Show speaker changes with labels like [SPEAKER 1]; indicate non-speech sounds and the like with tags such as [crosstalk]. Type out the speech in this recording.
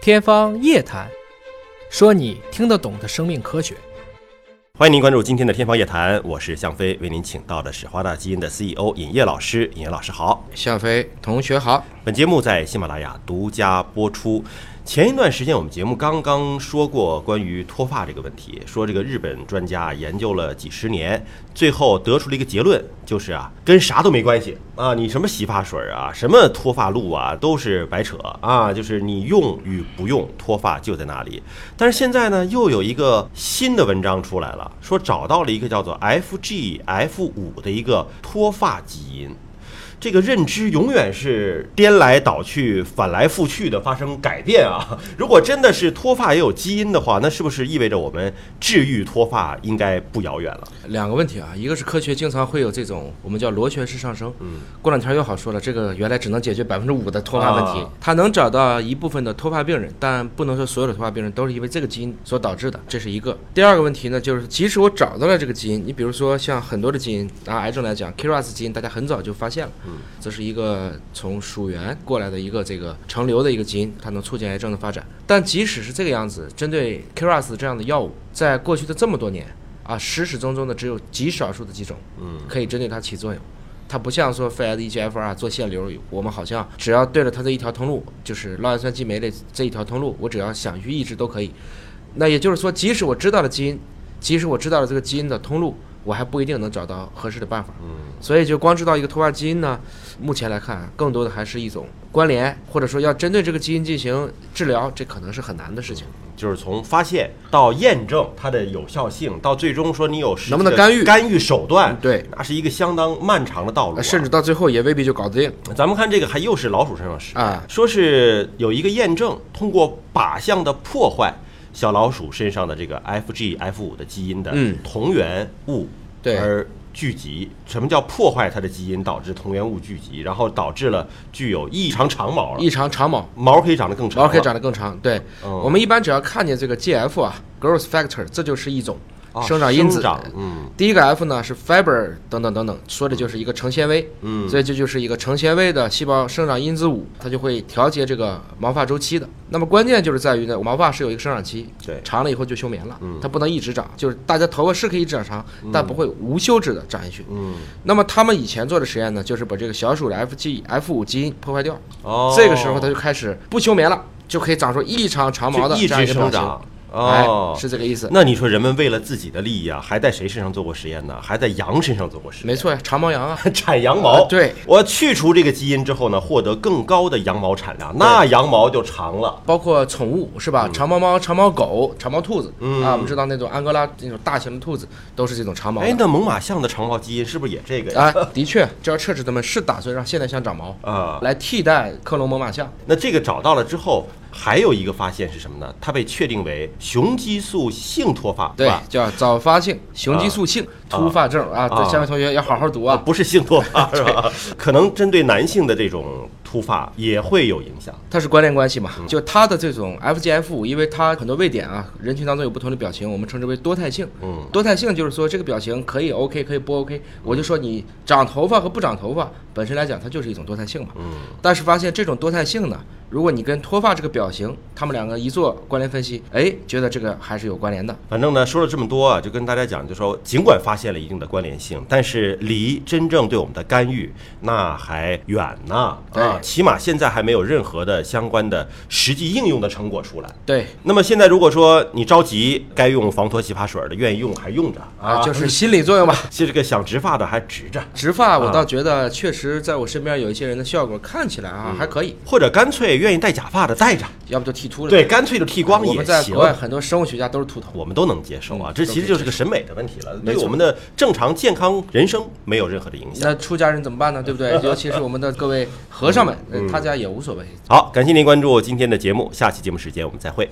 [SPEAKER 1] 天方夜谭，说你听得懂的生命科学。
[SPEAKER 2] 欢迎您关注今天的《天方夜谭》，我是向飞，为您请到的是华大基因的 CEO 尹烨老师。尹烨老师好，
[SPEAKER 3] 向飞同学好，
[SPEAKER 2] 本节目在喜马拉雅独家播出。前一段时间，我们节目刚刚说过关于脱发这个问题，说这个日本专家研究了几十年，最后得出了一个结论，就是啊，跟啥都没关系啊，你什么洗发水啊，什么脱发露啊，都是白扯啊，就是你用与不用，脱发就在那里。但是现在呢，又有一个新的文章出来了，说找到了一个叫做 FGF 五的一个脱发基因。这个认知永远是颠来倒去、反来覆去的发生改变啊！ [laughs] 如果真的是脱发也有基因的话，那是不是意味着我们治愈脱发应该不遥远了？
[SPEAKER 3] 两个问题啊，一个是科学经常会有这种我们叫螺旋式上升。嗯，过两天又好说了，这个原来只能解决百分之五的脱发问题
[SPEAKER 2] 啊，
[SPEAKER 3] 它能找到一部分的脱发病人，但不能说所有的脱发病人都是因为这个基因所导致的，这是一个。第二个问题呢，就是即使我找到了这个基因，你比如说像很多的基因，拿癌症来讲，KRAS 基因大家很早就发现了，嗯，这是一个从鼠源过来的一个这个成瘤的一个基因，它能促进癌症的发展。但即使是这个样子，针对 KRAS 这样的药物，在过去的这么多年。啊，始始终终的只有极少数的几种，嗯，可以针对它起作用。它不像说肺癌的 EGFR 啊做限流，我们好像只要对了它这一条通路，就是酪氨酸激酶类这一条通路，我只要想去抑制都可以。那也就是说，即使我知道了基因，即使我知道了这个基因的通路，我还不一定能找到合适的办法。
[SPEAKER 2] 嗯，
[SPEAKER 3] 所以就光知道一个脱发基因呢，目前来看，更多的还是一种关联，或者说要针对这个基因进行治疗，这可能是很难的事情。
[SPEAKER 2] 就是从发现到验证它的有效性，到最终说你有实际的
[SPEAKER 3] 能不能干预
[SPEAKER 2] 干预手段
[SPEAKER 3] 嗯，对
[SPEAKER 2] 那是一个相当漫长的道路啊、
[SPEAKER 3] 呃甚至到最后也未必就搞得定
[SPEAKER 2] 咱们看这个，还又是老鼠身上屎
[SPEAKER 3] 啊
[SPEAKER 2] 说是有一个验证，通过靶向的破坏小老鼠身上的这个 FGF 五的基因的
[SPEAKER 3] 嗯
[SPEAKER 2] 同源物，
[SPEAKER 3] 对
[SPEAKER 2] 而聚集。什么叫破坏它的基因，导致同源物聚集，然后导致了具有异常长毛了
[SPEAKER 3] 异，常长毛。
[SPEAKER 2] 毛可以长得更长
[SPEAKER 3] 毛
[SPEAKER 2] 了，
[SPEAKER 3] 可以长得更长。对，
[SPEAKER 2] 嗯
[SPEAKER 3] 我们一般只要看见这个 GF 啊，growth factor，这就是一种
[SPEAKER 2] 啊
[SPEAKER 3] 生长因子。
[SPEAKER 2] 生长嗯
[SPEAKER 3] 第一个 F 呢是 fiber 等等等等，说的就是一个成纤维，
[SPEAKER 2] 嗯
[SPEAKER 3] 所以这就是一个成纤维的细胞生长因子五，它就会调节这个毛发周期的。那么关键就是在于呢，毛发是有一个生长期，
[SPEAKER 2] 对
[SPEAKER 3] 长了以后就休眠了，
[SPEAKER 2] 嗯
[SPEAKER 3] 它不能一直长，就是大家头发是可以一直长长，但不会无休止的长下去。
[SPEAKER 2] 嗯，
[SPEAKER 3] 那么他们以前做的实验呢，就是把这个小鼠的 FG F 五基因破坏掉，
[SPEAKER 2] 哦，
[SPEAKER 3] 嗯这个时候它就开始不休眠了，就可以长出异常长毛的
[SPEAKER 2] 哦就一
[SPEAKER 3] 这样
[SPEAKER 2] 直
[SPEAKER 3] 一个表
[SPEAKER 2] 生
[SPEAKER 3] 情。
[SPEAKER 2] 长。
[SPEAKER 3] 哎
[SPEAKER 2] 哦，，
[SPEAKER 3] 是这个意思，
[SPEAKER 2] 那你说人们为了自己的利益啊，还在谁身上做过实验呢？还在羊身上做过实验？
[SPEAKER 3] 没错呀，长毛羊啊，
[SPEAKER 2] [laughs] 产羊毛，
[SPEAKER 3] 啊对
[SPEAKER 2] 我去除这个基因之后呢，获得更高的羊毛产量，那羊毛就长了。
[SPEAKER 3] 包括宠物是
[SPEAKER 2] 嗯
[SPEAKER 3] 吧？长毛猫、长毛狗、长毛兔子、啊，我们知道那种安哥拉那种大型的兔子都是这种长毛
[SPEAKER 2] 哎，
[SPEAKER 3] 的。
[SPEAKER 2] 那猛犸象的长毛基因是不是也这个呀？
[SPEAKER 3] 啊，的确，这要撤职他们是打算让现代象长毛
[SPEAKER 2] 啊，
[SPEAKER 3] 来替代克隆猛犸象。
[SPEAKER 2] 那这个找到了之后，还有一个发现是什么呢？它被确定为雄激素性脱发，是
[SPEAKER 3] 对
[SPEAKER 2] 吧，？
[SPEAKER 3] 叫早发性雄激素性突发症啊！
[SPEAKER 2] 啊
[SPEAKER 3] 对，下面同学要好好读
[SPEAKER 2] 啊，
[SPEAKER 3] 啊。
[SPEAKER 2] 不是性脱发是吧？ [laughs] 可能针对男性的这种秃发也会有影响。
[SPEAKER 3] 它是关联关系嘛，就它的这种 FGF 五，因为它很多位点啊，人群当中有不同的表情，我们称之为多态性。
[SPEAKER 2] 嗯，
[SPEAKER 3] 多态性就是说这个表情可以 OK，可以不 OK。我就说你长头发和不长头发本身来讲，它就是一种多态性嘛。
[SPEAKER 2] 嗯，
[SPEAKER 3] 但是发现这种多态性呢，如果你跟脱发这个表情，他们两个一做关联分析，哎，觉得这个还是有关联的。
[SPEAKER 2] 反正呢，说了这么多啊，就跟大家讲，就说尽管发现了一定的关联性，但是离真正对我们的干预那还远呢啊，
[SPEAKER 3] 对
[SPEAKER 2] 起码现在还没有任何的相关的实际应用的成果出来。
[SPEAKER 3] 对。
[SPEAKER 2] 那么现在如果说你着急，该用防脱洗发水的愿意用还用着
[SPEAKER 3] 啊，就是心理作用吧。 [laughs]
[SPEAKER 2] 其实这个想植发的还植着，
[SPEAKER 3] 植发，我
[SPEAKER 2] 啊
[SPEAKER 3] 倒觉得确实在我身边有一些人的效果看起来啊还可以，
[SPEAKER 2] 或者干脆愿意戴假发的戴着，
[SPEAKER 3] 要不就剃秃了。
[SPEAKER 2] 对，干脆就剃光
[SPEAKER 3] 我
[SPEAKER 2] 也
[SPEAKER 3] 们在
[SPEAKER 2] 行
[SPEAKER 3] 国。外很多生物学家都是秃头。
[SPEAKER 2] 我们都能接受啊，
[SPEAKER 3] 嗯
[SPEAKER 2] 这
[SPEAKER 3] 都
[SPEAKER 2] 其实
[SPEAKER 3] 可以
[SPEAKER 2] 就是个审美的问题了，对
[SPEAKER 3] 没错
[SPEAKER 2] 我们的正常健康人生没有任何的影响。
[SPEAKER 3] 那出家人怎么办呢？对不对？尤其是我们的各位和尚们，呃他家也无所谓，
[SPEAKER 2] 好，感谢您关注今天的节目，下期节目时间我们再会。